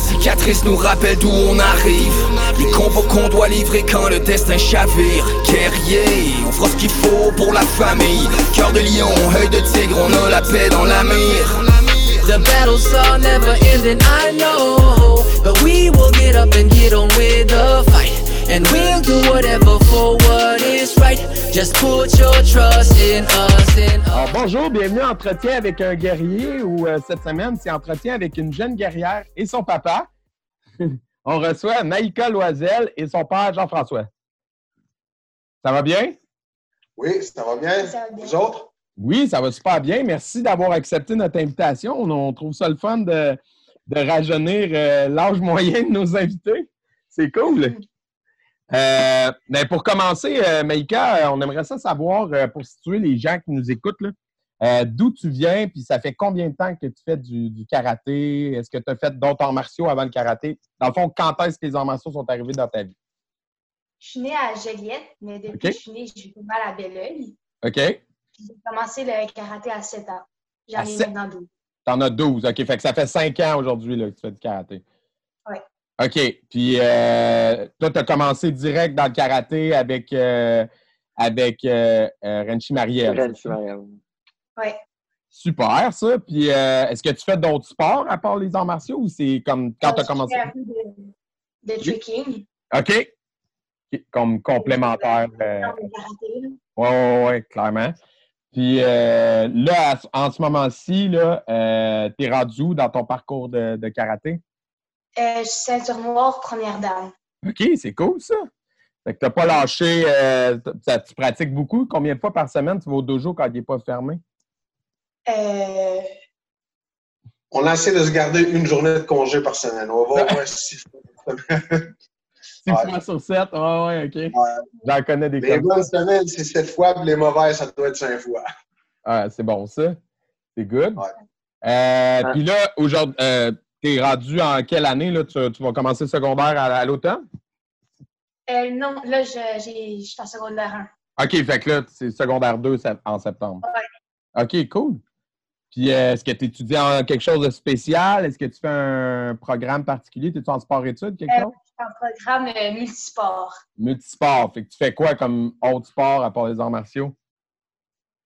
cicatrices nous rappellent d'où on arrive. Les combos qu'on doit livrer quand le destin chavire. Guerrier, on fera ce qu'il faut pour la famille. Cœur de lion, œil de tigre, on a la paix dans la mire. The battles are never ending, I know. But we will get up and get on with the fight. And we'll do whatever for what is right. Just put your trust in us. In us. Alors, Euh, bonjour, bienvenue à Entretien avec un guerrier où euh, cette semaine, c'est Entretien avec une jeune guerrière et son papa. On reçoit Maïka Loisel et son père Jean-François. Ça va bien? Oui, ça va bien. Ça va bien. Vous autres? Oui, ça va super bien. Merci d'avoir accepté notre invitation. On, on trouve ça le fun de, de rajeunir euh, l'âge moyen de nos invités. C'est cool. Euh, ben, pour commencer, euh, Maïka, euh, on aimerait ça savoir, euh, pour situer les gens qui nous écoutent, là, euh, d'où tu viens, puis ça fait combien de temps que tu fais du, du karaté? Est-ce que tu as fait d'autres arts martiaux avant le karaté? Dans le fond, quand est-ce que les arts martiaux sont arrivés dans ta vie? Je suis née à Joliette, mais depuis Ok. que je suis née, j'ai fait mal à Belleuil. OK? Puis J'ai commencé le karaté à 7 ans. J'en À ai sept? maintenant 12. T'en as 12. OK, fait que ça fait 5 ans aujourd'hui là, que tu fais du karaté. Oui. OK. Puis euh, toi, tu as commencé direct dans le karaté avec, euh, avec euh, euh, Renchi Mariel. Renchi Marielle. Super, ça. Puis euh, est-ce que tu fais d'autres sports à part les arts martiaux ou c'est comme quand tu as J'ai fait commencé? un peu de, de tricking OK. OK, Comme complémentaire. euh, dans le karaté. là. Oui, oui, ouais, clairement. Puis euh, là, à ce- en ce moment-ci, là, euh, t'es rendu où dans ton parcours de, de karaté? Euh, je suis ceinture noire, première dame. OK, c'est cool ça. Fait que t'as pas lâché, euh, t- ça- tu pratiques beaucoup. Combien de fois par semaine tu vas au dojo quand il n'est pas fermé? Euh, On a essayé de se garder une journée de congé par semaine. On Ben, va voir si. Six Ouais. fois sur sept? Ah ouais, OK. J'en connais des Les comme bonnes semaines, c'est sept fois, puis les mauvaises, ça doit être cinq fois. Ah, c'est bon ça. C'est good. Ouais. Euh, Ouais. Puis là, aujourd'hui, euh, t'es rendu en quelle année? Là? Tu, tu vas commencer le secondaire à, à l'automne? euh, non, là, je, j'ai- je suis en secondaire 1. OK, fait que là, c'est secondaire 2 sept- en septembre. OK, cool. Puis euh, est-ce que tu étudies en quelque chose de spécial? Est-ce que tu fais un programme particulier? T'es-tu en sport-études, quelque Euh, chose? Je suis en programme euh, multisport. Multisport. Fait que tu fais quoi comme autre sport à part les arts martiaux?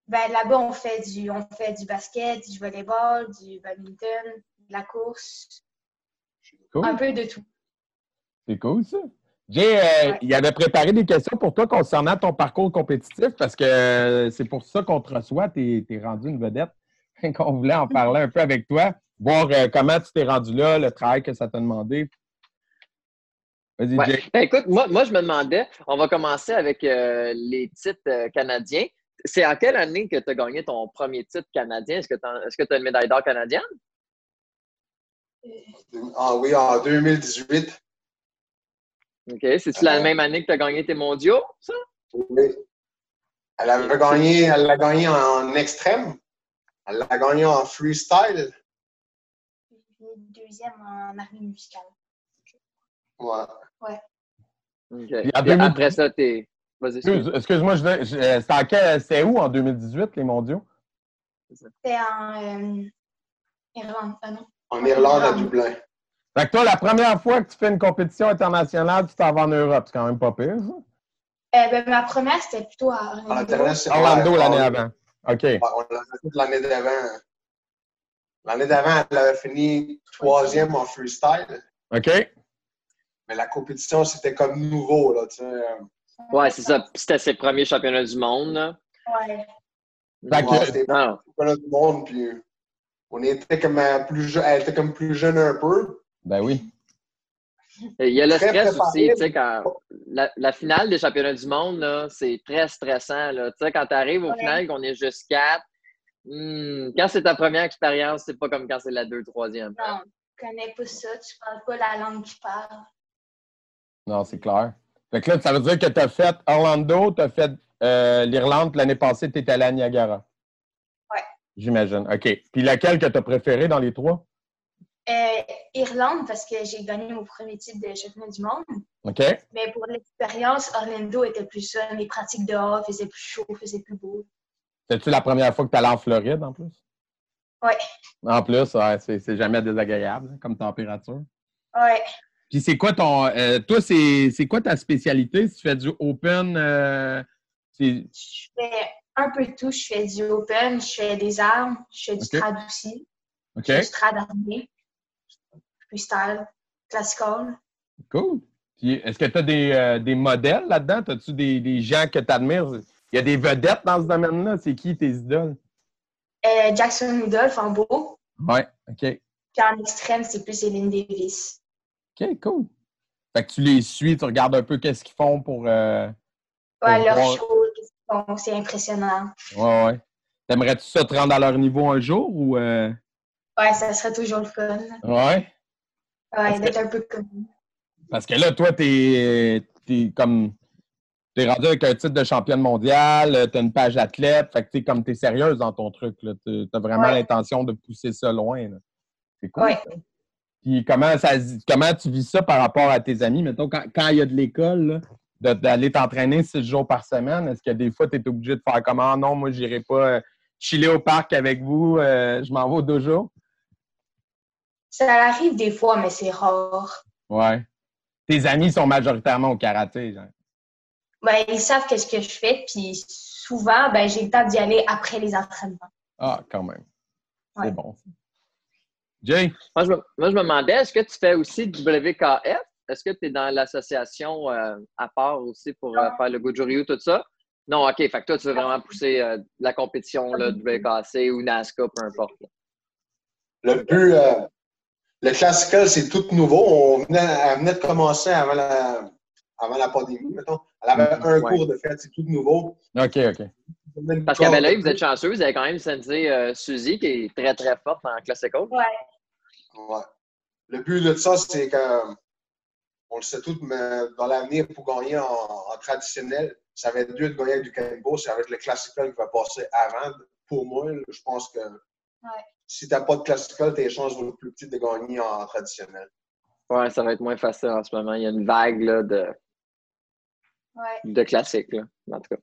Ben, là-bas, on fait, du, on fait du basket, du volleyball, du badminton, de la course, Cool. un peu de tout. C'est cool, ça. Jay, euh, Ouais. il avait préparé des questions pour toi concernant ton parcours compétitif parce que euh, c'est pour ça qu'on te reçoit. Tu es, rendu une vedette. qu'on voulait en parler un peu avec toi, voir euh, comment tu t'es rendu là, le travail que ça t'a demandé. Vas-y, Ouais. Jay. Ben, écoute, moi, moi, je me demandais, on va commencer avec euh, les titres euh, canadiens. C'est à quelle année que tu as gagné ton premier titre canadien? Est-ce que tu as une médaille d'or canadienne? Euh, Ah oui, en 2018. OK. C'est-tu la Euh, même année que tu as gagné tes mondiaux, ça? Oui. Elle avait gagné, elle l'a gagné en extrême. Elle l'a gagné en freestyle. Puis deuxième en armée musicale. Ouais. OK. Puis en Puis 2000 après ça, t'es. Vas-y, excuse. Excuse- Excuse-moi, je vais- je- euh, c'était en quel- c'était où en 2018, les mondiaux? C'était en euh, Irlande. Ah non. En Irlande, à Dublin. Fait que toi, la première fois que tu fais une compétition internationale, tu t'en vas en Europe. C'est quand même pas pire. ça. Euh, ben, ma première, c'était plutôt à En Orlando. international. Orlando l'année Ah oui. avant. OK. Ouais, on l'avait fait l'année d'avant. L'année d'avant, elle avait fini troisième en freestyle, OK? mais la compétition, c'était comme nouveau. Là, tu sais. Ouais, c'est ça. C'était ses premiers championnats du monde. là. Ah. Ouais. Fait que- Ouais, c'était Non, non. championnat du monde, puis on était comme euh, plus jeune, elle était comme plus jeune un peu. Ben oui. Il y a le Très stress préparé. aussi, tu sais, quand la, la finale des championnats du monde, là, c'est très stressant. Là. Tu sais, quand tu arrives au Ouais. final qu'on est juste quatre, hmm, quand c'est ta première expérience, c'est pas comme quand c'est la deux, troisième. Non, tu connais pas ça. Tu parles pas la langue qu'ils parlent. Non, c'est clair. Fait que là, ça veut dire que tu as fait Orlando, tu as fait euh, l'Irlande, puis l'année passée, tu étais allé à Niagara. Ouais. J'imagine. OK. Puis laquelle que tu as préférée dans les trois? Euh, Irlande, parce que j'ai gagné mon premier titre de championnat du monde. OK? Mais pour l'expérience, Orlando était plus fun. Les pratiques dehors faisaient plus chaud, faisaient plus beau. C'est-tu la première fois que tu allé en Floride, en plus? Ouais. En plus, ouais, c'est c'est jamais désagréable hein, comme température. Ouais. Puis c'est quoi ton. euh, toi, c'est c'est quoi ta spécialité? Si tu fais du open. euh, c'est- Je fais un peu de tout. Je fais du open, je fais des armes, je fais du Ok. trad aussi, OK, je fais du trad armé, freestyle, classical. cool. Puis est-ce que tu as des, euh, des modèles là-dedans? As-tu des, des gens que tu admires? Il y a des vedettes dans ce domaine-là. C'est qui tes idoles? Euh, Jackson Rudolph en beau. Ouais, OK. Puis en extrême, c'est plus Hélène Davis. OK, cool. Fait que tu les suis, tu regardes un peu qu'est-ce qu'ils font pour. euh, Ouais, Pour leur voir. show, bon, c'est impressionnant. Ouais, ouais. T'aimerais-tu ça te rendre à leur niveau un jour ou. euh, Ouais, ça serait toujours le fun. Ouais. Parce Ouais, que- d'être un peu comme. Parce que là, toi, t'es es comme. T'es rendu avec un titre de championne mondiale, euh, t'as une page d'athlète, fait que t'es comme t'es sérieuse dans ton truc. là. T'es- T'as vraiment Ouais. l'intention de pousser ça loin. là. C'est cool. Ouais. ça. Puis comment ça se- comment tu vis ça par rapport à tes amis? Mettons, quand quand il y a de l'école, là, de- d'aller t'entraîner six jours par semaine, est-ce que des fois t'es obligé de faire comme Ah non, moi j'irai pas euh, chiller au parc avec vous, euh, je m'en vais au dojo? Ça arrive des fois, mais c'est rare. Ouais. Tes amis sont majoritairement au karaté, genre. Ben, ils savent qu'est-ce que je fais, puis souvent, ben, j'ai le temps d'y aller après les entraînements. Ah, quand même. Ouais. C'est bon. ça. Jay, Moi, je me, moi, je me demandais, est-ce que tu fais aussi du WKF? Est-ce que tu es dans l'association euh, à part aussi pour euh, faire le Gojuriu, tout ça? Non, OK. Fait que toi, tu veux vraiment pousser euh, la compétition là, WKC ou NASCA, peu importe. là. Le plus. euh, le classical, c'est tout nouveau. On venait, elle venait de commencer avant la, avant la pandémie, mettons. Elle avait Mhm, un Mm-hmm. ouais. cours de fait, c'est tout nouveau. OK, OK. Parce qu'à ben, Belleuil, vous êtes chanceux, vous avez quand même Sensei euh, Suzy qui est très, très forte en classical. Ouais. Le but là, de ça, c'est que, on le sait tous, mais dans l'avenir, pour gagner en, en traditionnel, ça va être dur de gagner avec du Kenpo, ça va être le classical qui va passer avant. Pour moi, là, je pense que si tu n'as pas de classical, tes chances vont être plus petites de gagner en traditionnel. Ouais, ça va être moins facile en ce moment. Il y a une vague là, de, Ouais. de classiques, là, en tout cas.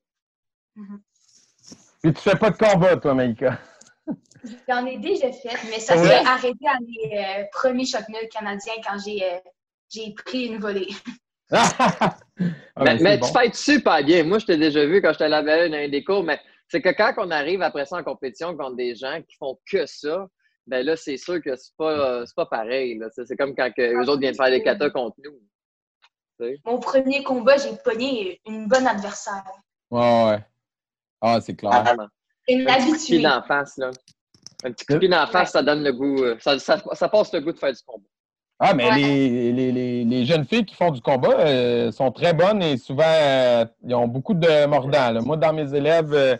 Puis tu fais pas de combat, toi, Maïka. J'en ai déjà fait, mais ça Ouais. s'est arrêté dans les euh, premiers championnats canadiens quand j'ai euh, j'ai pris une volée. Ah, mais ben, c'est mais bon. tu fêtes super bien. Moi, je t'ai déjà vu quand j'étais à la Belle dans un des cours, mais c'est que quand on arrive après ça en compétition contre des gens qui font que ça, ben là, c'est sûr que c'est pas, euh, c'est pas pareil. là. C'est c'est comme quand les autres viennent faire des katas contre nous. Mon premier combat, j'ai pogné une bonne adversaire. Ouais, ouais. Ah, c'est clair. Ah, Une Un petit coup de pied habituée. d'en face, là. Un petit coup de pied d'en face, ça donne le goût. euh, Ça, ça- ça passe le goût de faire du combat. Ah, mais Ouais. les, les, les, les jeunes filles qui font du combat euh, sont très bonnes et souvent, euh, ils ont beaucoup de mordants. là. Moi, dans mes élèves, euh,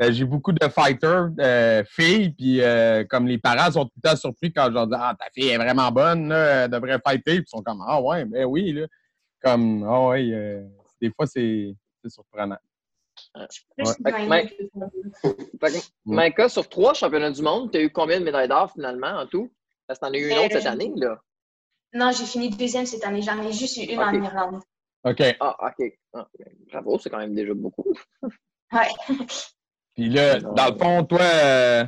euh, j'ai beaucoup de fighters euh, filles, puis euh, comme les parents sont tout le temps surpris quand je leur dis Ah, ta fille est vraiment bonne, là, elle devrait fighter. Puis ils sont comme Ah, ouais, ben oui. Là. Comme Ah, ouais, euh, des fois, c'est c'est surprenant. Plus Ouais. de gagner Mais- que de perdre. Fait que, Maïka, sur trois championnats du monde, tu as eu combien de médailles d'or finalement en tout? Parce que t'en as eu une autre cette année, là. Non, j'ai fini deuxième cette année. J'en ai juste eu une Ok. en Irlande. OK. Ah, OK. Ah, ben, bravo, c'est quand même déjà beaucoup. Puis là, dans le fond, toi, euh,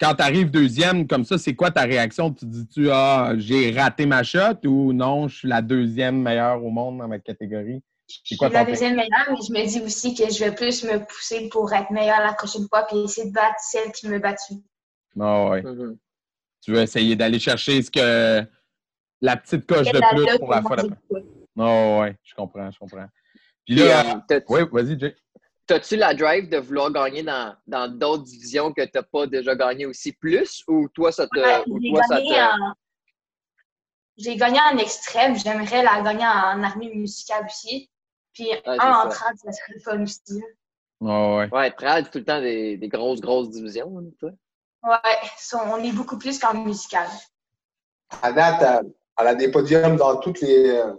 quand tu arrives deuxième comme ça, c'est quoi ta réaction? Tu dis-tu Ah, j'ai raté ma shot ou non, je suis la deuxième meilleure au monde dans ma catégorie? Je C'est quoi suis la ton deuxième meilleure, mais je me dis aussi que je vais plus me pousser pour être meilleure la prochaine fois puis essayer de battre celle qui me battu. Ah ouais. Mhm. Tu veux essayer d'aller chercher ce que la petite coche de plus pour la fois d'après. Ah ouais, je comprends, je comprends. Puis Puis, là, euh, t'as- oui, vas-y, Jay. T'as-tu la drive de vouloir gagner dans dans d'autres divisions que t'as pas déjà gagné aussi plus ou toi ça te. Euh, ou J'ai toi, ça gagné te- en- J'ai gagné en extrême. J'aimerais la gagner en armée musicale aussi. Puis Ah, c'est un en ça. 30, ça serait le fun aussi. Ah ouais. Ouais, trad, c'est tout le temps des, des grosses, grosses divisions. hein, tu sais. Ouais, ça, on est beaucoup plus qu'en musical. À date, elle- elle a des podiums dans toutes les euh,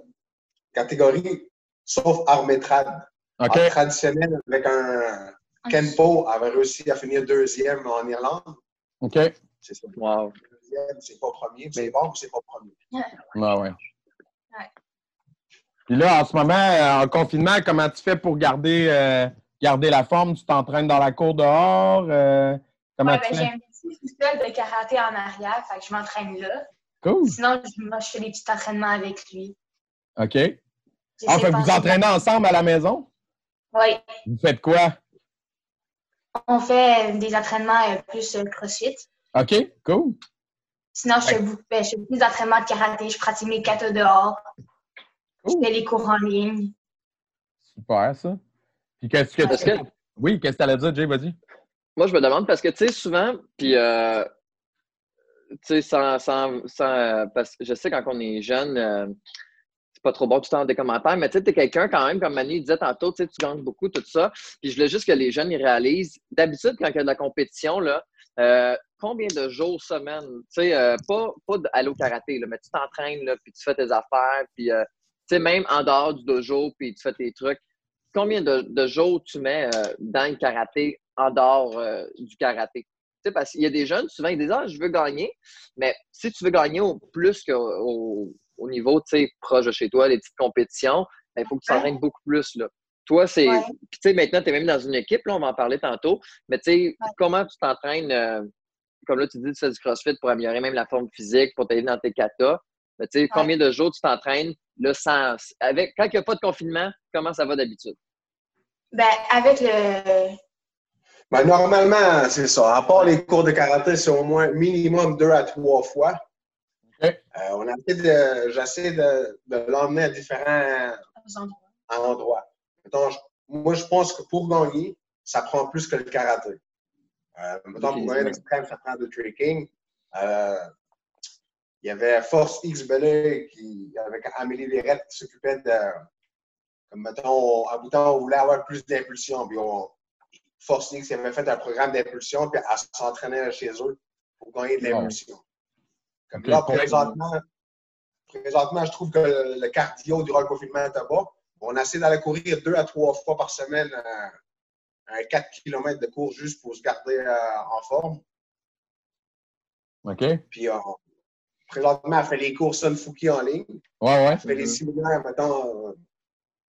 catégories, sauf armétrade. OK. En traditionnel, avec un Kenpo, elle avait réussi à finir deuxième en Irlande. OK. C'est ça. Wow. deuxième, c'est pas premier, puis c'est bon, puis c'est pas premier. Ah ouais. Puis là, en ce moment, euh, en confinement, comment tu fais pour garder, euh, garder la forme? Tu t'entraînes dans la cour dehors? euh, comment Ouais, tu ben, fais? j'ai un petit sous-sol de karaté en arrière, fait que je m'entraîne là. Cool. Sinon, je- moi, je fais des petits entraînements avec lui. OK. Ah, fait que vous entraînez ensemble à la maison? Oui. Vous faites quoi? On fait euh, des entraînements euh, plus euh, crossfit. OK, cool. Sinon, je fais, beaucoup- ben, je fais plus d'entraînements de karaté. Je pratique mes katas dehors. Cool. Je fais les cours en ligne. Super, ça. Puis qu'est-ce que Parce tu... que Oui, qu'est-ce que t'allais dire, Jay? Vas-y. Moi, je me demande parce que, tu sais, souvent, puis, euh, tu sais, sans, sans, sans, euh, parce que je sais quand on est jeune, euh, c'est pas trop bon tout le temps des commentaires, mais tu sais, t'es quelqu'un quand même, comme Manu disait tantôt, tu sais, tu gagnes beaucoup, tout ça. Puis je voulais juste que les jeunes, ils réalisent, d'habitude, quand il y a de la compétition, là, euh, combien de jours, semaines, tu sais, euh, pas, pas d- aller au karaté, là, mais tu t'entraînes, là, puis tu fais tes affaires, puis, euh, tu sais, même en dehors du dojo, puis tu fais tes trucs combien de, de jours tu mets euh, dans le karaté en dehors euh, du karaté? Tu sais, parce qu'il y a des jeunes, souvent, ils disent Ah, je veux gagner, mais si tu veux gagner au plus qu'au au, au niveau tu sais, proche de chez toi, les petites compétitions, ben, il faut que tu t'entraînes beaucoup plus. Là. Toi, c'est. Ouais. Puis, tu sais, maintenant, tu es même dans une équipe, là, on va en parler tantôt, mais tu sais, Ouais. comment tu t'entraînes, euh, comme là, tu dis, tu fais du crossfit pour améliorer même la forme physique, pour t'aider dans tes katas. Mais tu sais, combien de jours tu t'entraînes, là, sans. Avec, quand il n'y a pas de confinement, comment ça va d'habitude? Ben, avec le. euh, Ben, normalement, c'est ça. À part les cours de karaté, c'est au moins minimum deux à trois fois. OK. Euh, on a essayé de- J'essaie de, de l'emmener à différents endroits. Mettons, je- moi, je pense que pour gagner, ça prend plus que le karaté. Euh, mettons, Ok, pour gagner ouais. l'extrême, ça prend du tricking. Euh, il y avait Force X Belay qui, avec Amélie Lérette qui s'occupait de. Comme mettons, à bout de temps, on voulait avoir plus d'impulsion. Puis on, Force X avait fait un programme d'impulsion, puis elle s'entraînait chez eux pour gagner de Wow. l'impulsion. Comme Ok, là, correct. présentement, présentement, je trouve que le le cardio durant le confinement était bas. On essaie d'aller courir deux à trois fois par semaine euh, un 4 km de cours juste pour se garder euh, en forme. OK. Ouais, Puis on- présentement, elle fait les cours Sunfuki en ligne. ouais. Elle fait les séminaires, mettons, euh,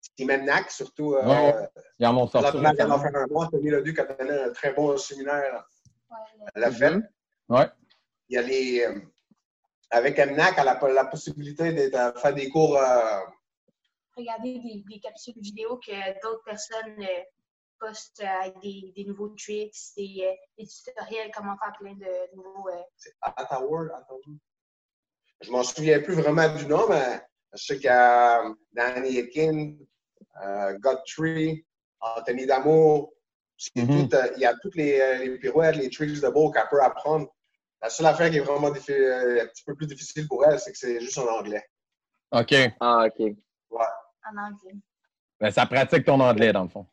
Steamenac, surtout. Euh, Ouais, ouais. Ils en ont sorti. Présentement, elle vient d'en récemment. faire un mois. Tony Leduc a donné un très bon séminaire. Elle l'a fait. Mhm. Mm-hmm. Ouais. Il y a les. euh, avec MNAC, elle a pas la possibilité de, de faire des cours. euh, Regarder des, des capsules vidéo que d'autres personnes euh, postent euh, avec des, des nouveaux tricks, des, euh, des tutoriels, comment faire plein de nouveaux. euh, Ottawa, Ottawa. Je m'en souviens plus vraiment du nom, mais je sais qu'il y a Danny Aitken, euh, Godfrey, Anthony Damour. C'est Mhm. tout, euh, il y a toutes les, euh, les pirouettes, les tricks de beau qu'elle peut apprendre. La seule affaire qui est vraiment diffi- euh, un petit peu plus difficile pour elle, c'est que c'est juste en anglais. OK. Ah, OK. en anglais. Ben, ça pratique ton anglais, dans le fond.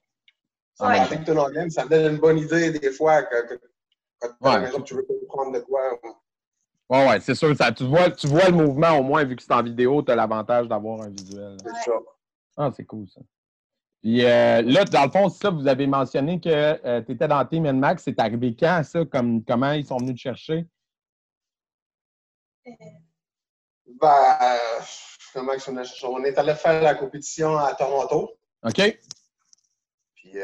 Ça Ouais. pratique ton anglais, mais ça me donne une bonne idée des fois que, que- quand t'es à la Ouais. maison, tu veux comprendre de quoi. Ouais, ouais, c'est sûr. Ça, tu, vois, tu vois le mouvement au moins, vu que c'est en vidéo, tu as l'avantage d'avoir un visuel. C'est Ouais. ça. Ah, c'est cool ça. Puis euh, là, dans le fond, c'est ça, vous avez mentionné que tu étais dans Team Max. C'est arrivé quand, ça? Comme, comment ils sont venus te chercher? Ben, euh, comment que ça, on a- on est allé faire la compétition à Toronto. OK? Puis, euh,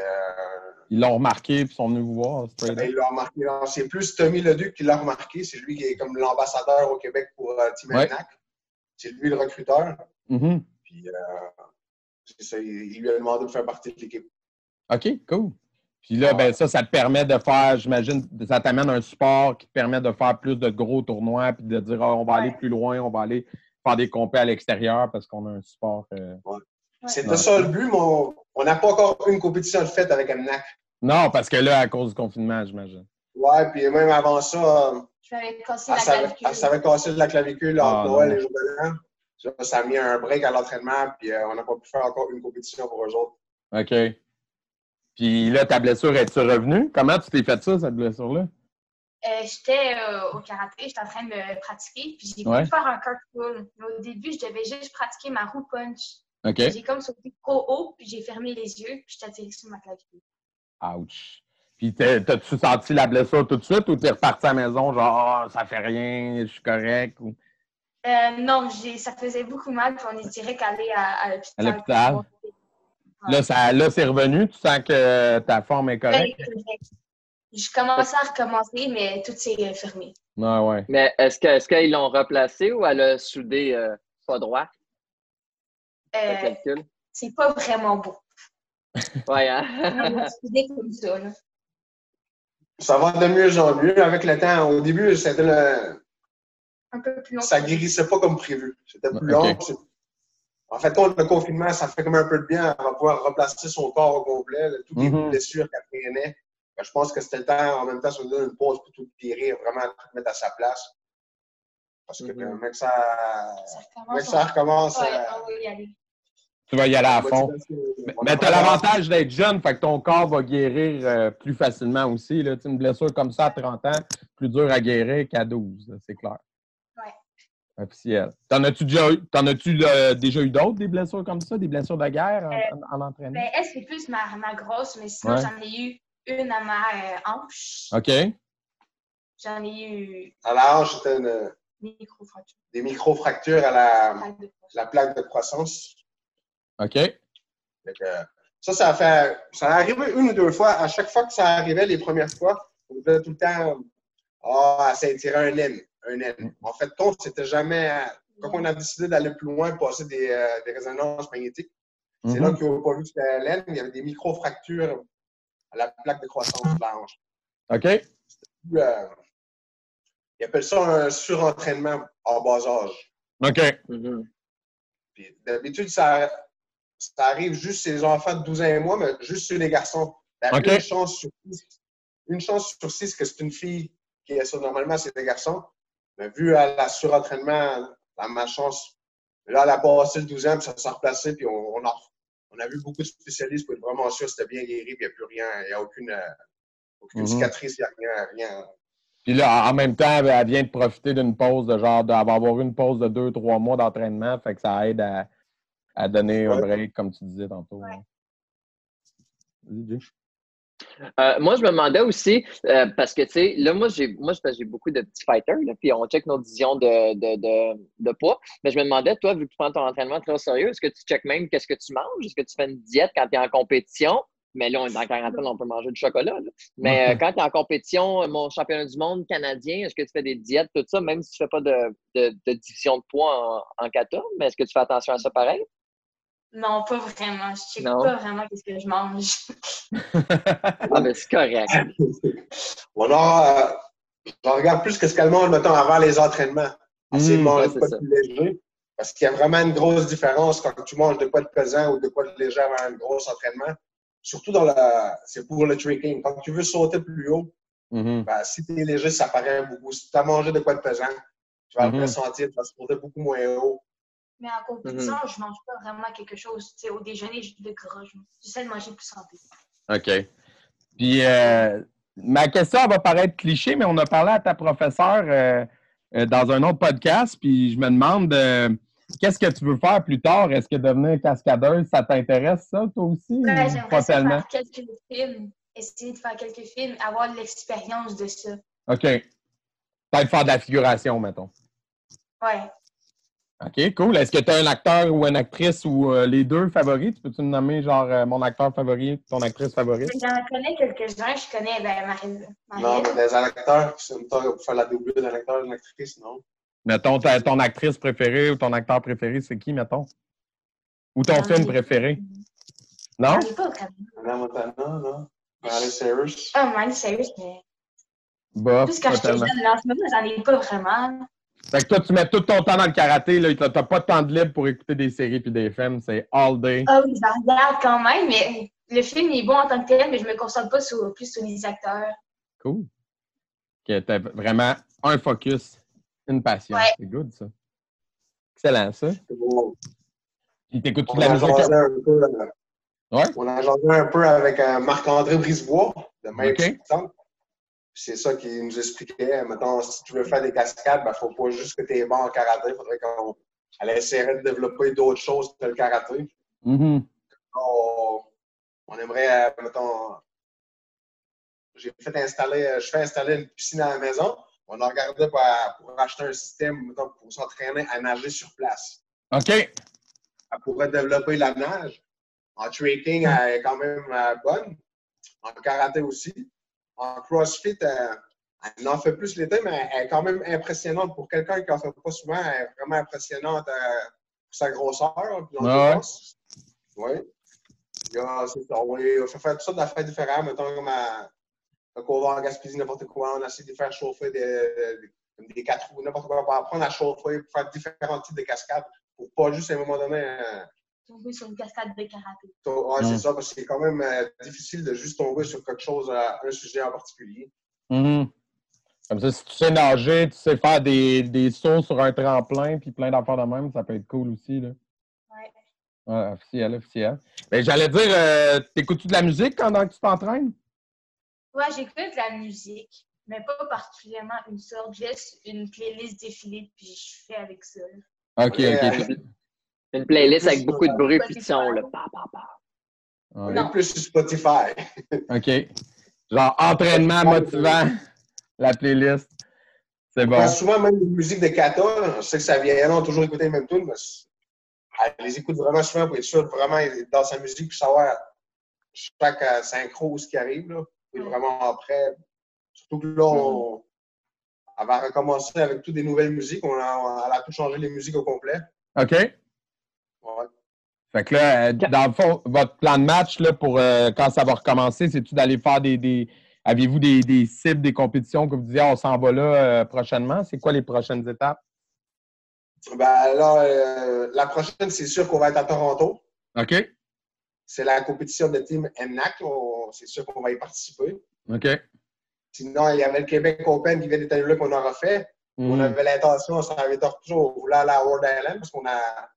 Ils l'ont remarqué puis sont venus vous voir. straight Ben, up. il l'a remarqué. Non, C'est plus Tommy Leduc qui l'a remarqué. C'est lui qui est comme l'ambassadeur au Québec pour euh, Team Ouais. Anac. C'est lui le recruteur. Mhm. Puis, euh, c'est ça, il, il lui a demandé de faire partie de l'équipe. OK, cool. Puis là, ben ça, ça te permet de faire, j'imagine, ça t'amène un support qui te permet de faire plus de gros tournois puis de dire Ah, on va Ouais. aller plus loin, on va aller faire des compés à l'extérieur parce qu'on a un support. euh. Ouais. C'était Ouais. ça le but, mais on on n'a pas encore une compétition de fait avec Amnac. Non, parce que là, à cause du confinement, j'imagine. Ouais, puis même avant ça, euh, Je m'avais cassé elle la s'avait clavicule. elle s'avait cassé de la clavicule entre Ah, non. Noël et Jour de l'An. Ça, ça a mis un break à l'entraînement, puis euh, on n'a pas pu faire encore une compétition pour eux autres. OK. Puis là, ta blessure, es-tu revenue? Comment tu t'es fait ça, cette blessure-là? Euh, j'étais euh, au karaté, j'étais en train de me pratiquer, puis j'ai voulu Ouais. faire un cartwheel. Mais au début, je devais juste pratiquer ma roue punch. OK. J'ai comme sauté trop haut, puis j'ai fermé les yeux, puis j'étais atterri sur ma clavicule. Ouch. Puis t'es- t'as-tu senti la blessure tout de suite ou t'es reparti à la maison, genre, Ah, ça fait rien, je suis correct? Ou... Euh, non, j'ai- ça faisait beaucoup mal, puis on est direct allé à, à À l'hôpital. l'hôpital. Là, ça, là, c'est revenu, tu sens que ta forme est Ben, correcte. Je commençais à recommencer, mais tout s'est euh, fermé. Ouais, ouais. Mais est-ce que- est-ce qu'ils l'ont replacé ou elle a soudé euh, pas droit, le Euh, calcul? c'est pas vraiment beau. Ouais, hein? Des comme ça, là. Ça va de mieux en mieux avec le temps. Au début, c'était le... Un peu plus long. ça guérissait pas comme prévu. C'était plus Ok. long. c'est- En fait, contre le confinement, ça fait comme un peu de bien. Elle va pouvoir replacer son corps au complet, là, toutes les Mhm. blessures qu'elle traînait. Ben, je pense que c'était le temps, en même temps, de se donner une pause pour tout guérir, vraiment tout mettre à sa place. Parce que Mhm. même que ça, Ça même que recommence. ça recommence. on- Ouais, euh, on va y aller. Tu vas y aller à la fond. motivation- Mais- on Mais a t'as vraiment- l'avantage d'être jeune, fait que ton corps va guérir euh, plus facilement aussi. Là. Tu sais, Une blessure comme ça à 30 ans, plus dur à guérir qu'à 12, là, c'est clair. Officiel. T'en as-tu déjà eu, t'en as-tu, euh, déjà eu d'autres, des blessures comme ça, des blessures de guerre Euh, en, en- en entraînement? Ben, elle, c'est plus ma, ma grosse, mais sinon, Ouais. j'en ai eu une à ma euh, hanche. ben. OK. J'en ai eu À la hanche, c'était une- une micro-fracture. des micro-fractures à la, de poche. la plaque de croissance. OK. Fait que, ça, ça a fait. Ça a arrivé une ou deux fois. À chaque fois que ça arrivait, les premières fois, on faisait tout le temps Ah, ça elle s'est tirée un N. Un N. En fait, on c'était jamais. Quand on a décidé d'aller plus loin, passer des, euh, des résonances magnétiques, c'est là Mhm. qu'ils n'ont pas vu que c'était laine, il y avait des micro-fractures à la plaque de croissance de la hanche. OK. Puis, euh, ils appellent ça un surentraînement en bas âge. OK. Mhm. Puis D'habitude, ça, ça arrive juste chez les enfants de 12 ans et moins, mais juste chez les garçons. Il y a OK. une, chance sur six, une chance sur six que c'est une fille qui a ça. Normalement, c'est des garçons. Mais vu à la surentraînement, la malchance, là, elle a passé le 12 ans, puis ça s'est replacé, puis on, on, a, on a vu beaucoup de spécialistes pour être vraiment sûr que c'était bien guéri, puis il n'y a plus rien, il n'y a aucune, euh, aucune Mhm. cicatrice, il n'y a rien. rien. Puis là, en même temps, elle vient de profiter d'une pause de genre d'avoir avoir une pause de deux, trois mois d'entraînement. Fait que ça aide à, à donner un Ouais. break, comme tu disais tantôt. hein. Ouais. Vas-y, Jay. Euh, moi, je me demandais aussi, euh, parce que, tu sais, là, moi, j'ai moi, c'est parce que j'ai beaucoup de petits fighters, là, puis on check nos divisions de, de, de, de poids. Mais je me demandais, toi, vu que tu prends ton entraînement très au sérieux, est-ce que tu checkes même qu'est-ce que tu manges? Est-ce que tu fais une diète quand tu es en compétition? Mais là, on est en quarantaine, on peut manger du chocolat. là. Mais euh, quand tu es en compétition, euh, mon championnat du monde canadien, est-ce que tu fais des diètes, tout ça, même si tu fais pas de, de, de division de poids en, en 14? Mais est-ce que tu fais attention à ça pareil? Non, pas vraiment. Je check Non. pas vraiment qu'est-ce que je mange. Ah, mais c'est correct. On a, euh, on regarde plus que ce qu'elle mange, mettons, avant les entraînements. Essayer de Mm, manger Hmm, ouais, de quoi c'est de plus léger. Parce qu'il y a vraiment une grosse différence quand tu manges de quoi de pesant ou de quoi de léger avant un gros entraînement. Surtout dans la, c'est pour le tricking. Quand tu veux sauter plus haut, Mhm. ben, si tu es léger, ça paraît beaucoup. Si tu as mangé de quoi de pesant, tu vas Mhm. le ressentir, tu vas sauter beaucoup moins haut. Mais en compétition, Mhm. je mange pas vraiment quelque chose. Tu sais, au déjeuner, je de gras. Je- J'essaie de manger plus santé. OK. Puis, euh, ma question, elle va paraître cliché, mais on a parlé à ta professeure euh, euh, dans un autre podcast, puis je me demande euh, qu'est-ce que tu veux faire plus tard? Est-ce que devenir cascadeuse, ça t'intéresse, ça, toi aussi? ou Ouais, pas j'aimerais ça tellement. faire quelques films. Essayer de faire quelques films, avoir de l'expérience de ça. OK. Peut-être faire de la figuration, mettons. Ouais. OK, cool. Est-ce que tu as un acteur ou une actrice ou euh, les deux favoris? Tu peux-tu me nommer, genre, euh, mon acteur favori, ton actrice favorite? J'en connais quelques-uns. Je connais ben, Marie- Non, Marie. mais des acteurs, c'est une pour faire la doublure d'un acteur, d'une actrice, non? Mettons, ta- ton actrice préférée ou ton acteur préféré, c'est qui, mettons? Ou ton J'en ai- film préféré? Non? J'en ai pas vraiment. Anna Montana, non? Miley Cyrus. Ah, oh, sérieux, mais Bah, plus quand je suis jeune, totalement. là, en ce moment, j'en ai pas vraiment. Fait que toi, tu mets tout ton temps dans le karaté, là. T'as t'as pas de temps de libre pour écouter des séries puis des films. C'est all day. Ah oui, j'en regarde quand même, mais le film est bon en tant que tel, mais je me concentre pas sur, plus sur les acteurs. Cool. Que t'as vraiment un focus, une passion. Ouais. C'est good, ça. Excellent, ça. Ah, C'est beau. Puis t'écoutes toute On la a, musique. jasé un peu, euh, Ouais. on a jasé un peu avec euh, Marc-André Brisebois, de même Ok. Septembre. C'est ça qu'il nous expliquait. Maintenant, si tu veux faire des cascades, il ne faut pas juste que tu es bon en karaté. Il faudrait qu'on elle essaierait de développer d'autres choses que le karaté. Mhm. On, on aimerait, euh, mettons, j'ai fait installer, euh, je fais installer une piscine à la maison. On a regardé pour, euh, pour acheter un système mettons, pour s'entraîner à nager sur place OK. elle pourrait développer la nage. En training, Hmm. elle est quand même euh, bonne. En karaté aussi. En CrossFit, euh, Elle en fait plus l'été, mais elle est quand même impressionnante. Pour quelqu'un qui n'en fait pas souvent, elle est vraiment impressionnante euh, pour sa grosseur. Puis Ah ouais? Oui. On les- on fait faire toutes sortes d'affaires différentes. Mettons, comme euh, à, quand on va en Gaspésie, n'importe quoi, on essaie de les faire chauffer des, des- comme des quatre roues, n'importe quoi, pour apprendre à chauffer, pour faire différents types de cascades, pour pas juste à un moment donné. euh, tomber sur une cascade de karaté. To- Ouais, Mm. c'est ça, parce que c'est quand même euh, difficile de juste tomber sur quelque chose, euh, un sujet en particulier. Mhm. Comme ça, si tu sais nager, tu sais faire des, des sauts sur un tremplin, puis plein d'affaires de même, ça peut être cool aussi. Là. Ouais. Ouais, officiel, officiel. Mais j'allais dire, euh, t'écoutes-tu de la musique pendant que tu t'entraînes? Ouais, j'écoute de la musique, mais pas particulièrement une sorte. J'ai juste une playlist défilée, puis je fais avec ça. là. Ok, ok. Ouais, puis- Une playlist avec beaucoup de bruit puis de son, là. Pa, pa, pa. ouais, On est plus sur Spotify. Ok. Genre entraînement motivant, la playlist. C'est bon. Parce que souvent, même les musiques de Kata, je sais que ça vient, on a toujours écouté les mêmes tunes, mais c- elle les écoute vraiment souvent pour être sûr, vraiment être dans sa musique, pour savoir chaque euh, synchro où ce qui arrive, là, pour être vraiment après. Surtout que là, on, elle va recommencer avec toutes des nouvelles musiques, on a, on- elle a tout changé les musiques au complet. Ok. Ouais. Fait que là, euh, dans le fond, votre plan de match là, pour euh, quand ça va recommencer, c'est-tu d'aller faire des. des- Avez-vous des, des cibles, des compétitions que vous disiez, on s'en va là euh, prochainement? C'est quoi les prochaines étapes? Ben là, euh, la prochaine, c'est sûr qu'on va être à Toronto. OK. C'est la compétition de team MNAC. On- C'est sûr qu'on va y participer. OK. Sinon, il y avait le Québec Open qui vient d'être annulé qu'on a refait. Mm. On avait l'intention, on s'en avait torturé, on voulait aller à World Island parce qu'on a,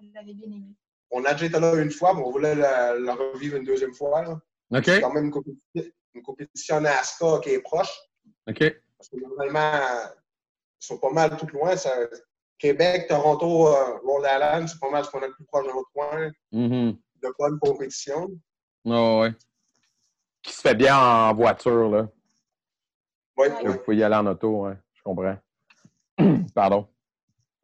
Je l'avais bien aimé. on a déjà été là une fois, mais on voulait le, le revivre une deuxième fois. là. Mm. OK. C'est quand même une compétition, une compétition NASCAR qui est proche. OK. Parce que normalement, ils sont pas mal tout loin. Ça, Québec, Toronto, euh, Rhode Island, c'est pas mal ce qu'on a le plus proche de notre coin. Mhm. De bonnes compétitions. Ah ouais. Qui se fait bien en voiture, là. Oui, Ouais. Là, oui. Vous pouvez y aller en auto, hein. je comprends. Pardon.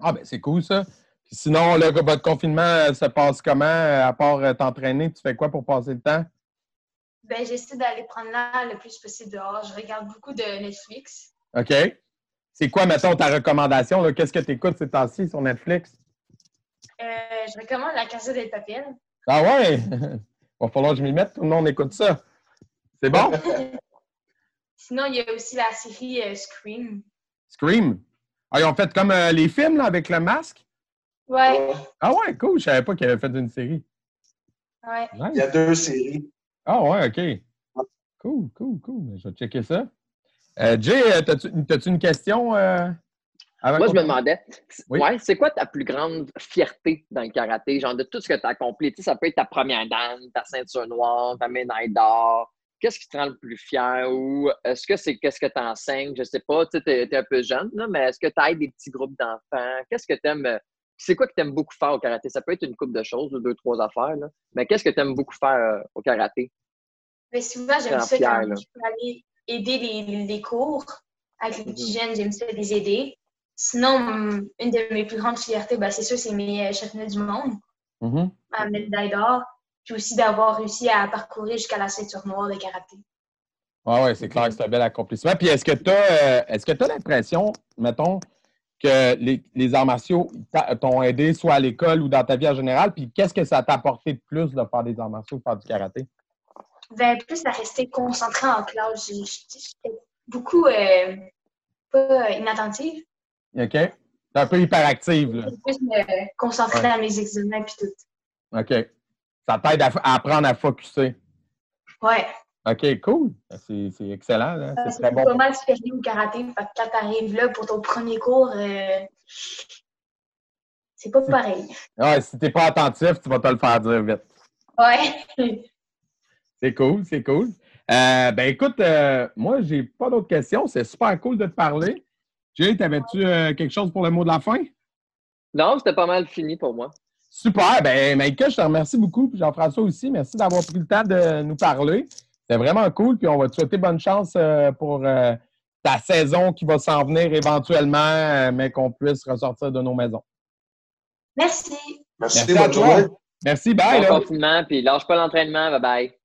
Ah ben c'est cool ça. Puis sinon, là, votre confinement euh, se passe comment? euh, À part euh, t'entraîner, tu fais quoi pour passer le temps? Ben, j'essaie d'aller prendre l'air le plus possible dehors. Je regarde beaucoup de Netflix. OK. C'est quoi, mettons, ta recommandation? là? Qu'est-ce que tu écoutes ces temps-ci sur Netflix? Euh, je recommande la Casa del Papel. Ah ouais! Va falloir que je m'y mette, tout le monde écoute ça. C'est bon? Sinon, il y a aussi la série euh, Scream. Scream. Ah, ils ont fait comme euh, les films là, avec le masque? Ouais, Ah ouais, cool, je savais pas qu'ils avaient fait une série. ouais. Il y Nice. a deux séries. Ah ouais, OK. Cool, cool, cool. Ben, Je vais checker ça. Euh, Jay, euh, t'as-tu t'as-tu une question? euh, avant Moi, je qu'on- me demandais, c- Oui. ouais, c'est quoi ta plus grande fierté dans le karaté, genre de tout ce que tu as accompli? Tu sais, ça peut être ta première dame, ta ceinture noire, ta médaille d'or. Qu'est-ce qui te rend le plus fier? Ou est-ce que c'est qu'est-ce que tu enseignes? Je sais pas, tu es, un peu jeune, là, mais est-ce que tu aides des petits groupes d'enfants? Qu'est-ce que tu aimes? C'est quoi que tu aimes beaucoup faire au karaté? Ça peut être une coupe de choses ou deux, trois affaires, là. mais qu'est-ce que tu aimes beaucoup faire euh, au karaté? Mais souvent, j'aime Grand ça Pierre, quand là. je peux aller aider les, les- les cours. Avec les Mhm. petits jeunes, j'aime ça les aider. Sinon, hum, une de mes plus grandes fiertés, ben, c'est sûr, c'est mes euh, championnats du monde, Mhm. ma médaille d'or. Puis aussi d'avoir réussi à parcourir jusqu'à la ceinture noire de karaté. Oui, ouais, c'est clair que c'est un bel accomplissement. Puis est-ce que tu as, est-ce que t'as l'impression, mettons, que les, les arts martiaux t'a- t'ont aidé soit à l'école ou dans ta vie en général? Puis qu'est-ce que ça t'a apporté de plus de faire des arts martiaux, faire du karaté? Ben, plus à rester concentrée en classe. J'ai- J'étais beaucoup euh, pas inattentive. OK? T'es un peu hyperactive, là. Plus me concentrer Ouais. à mes examens puis tout. OK. Ça t'aide à, f- à apprendre à focusser. Ouais. OK, cool. C'est c'est excellent. là. Euh, C'est C'est très bon. pas mal supérieur au karaté. Fait que quand t'arrives là pour ton premier cours, euh, c'est pas pareil. Ouais, si t'es pas attentif, tu vas te le faire dire vite. Ouais. C'est cool, c'est cool. Euh, ben écoute, euh, moi, j'ai pas d'autres questions. C'est super cool de te parler. Jay, t'avais-tu euh, quelque chose pour le mot de la fin? Non, c'était pas mal fini pour moi. Super. Ben, Maïka, je te remercie beaucoup. Puis Jean-François aussi, merci d'avoir pris le temps de nous parler. C'était vraiment cool. Puis on va te souhaiter bonne chance euh, pour euh, ta saison qui va s'en venir éventuellement, euh, mais qu'on puisse ressortir de nos maisons. Merci. Merci, Merci à bonne toi. journée. Merci, Bon bye. là. confinement, puis lâche pas l'entraînement, bye bye.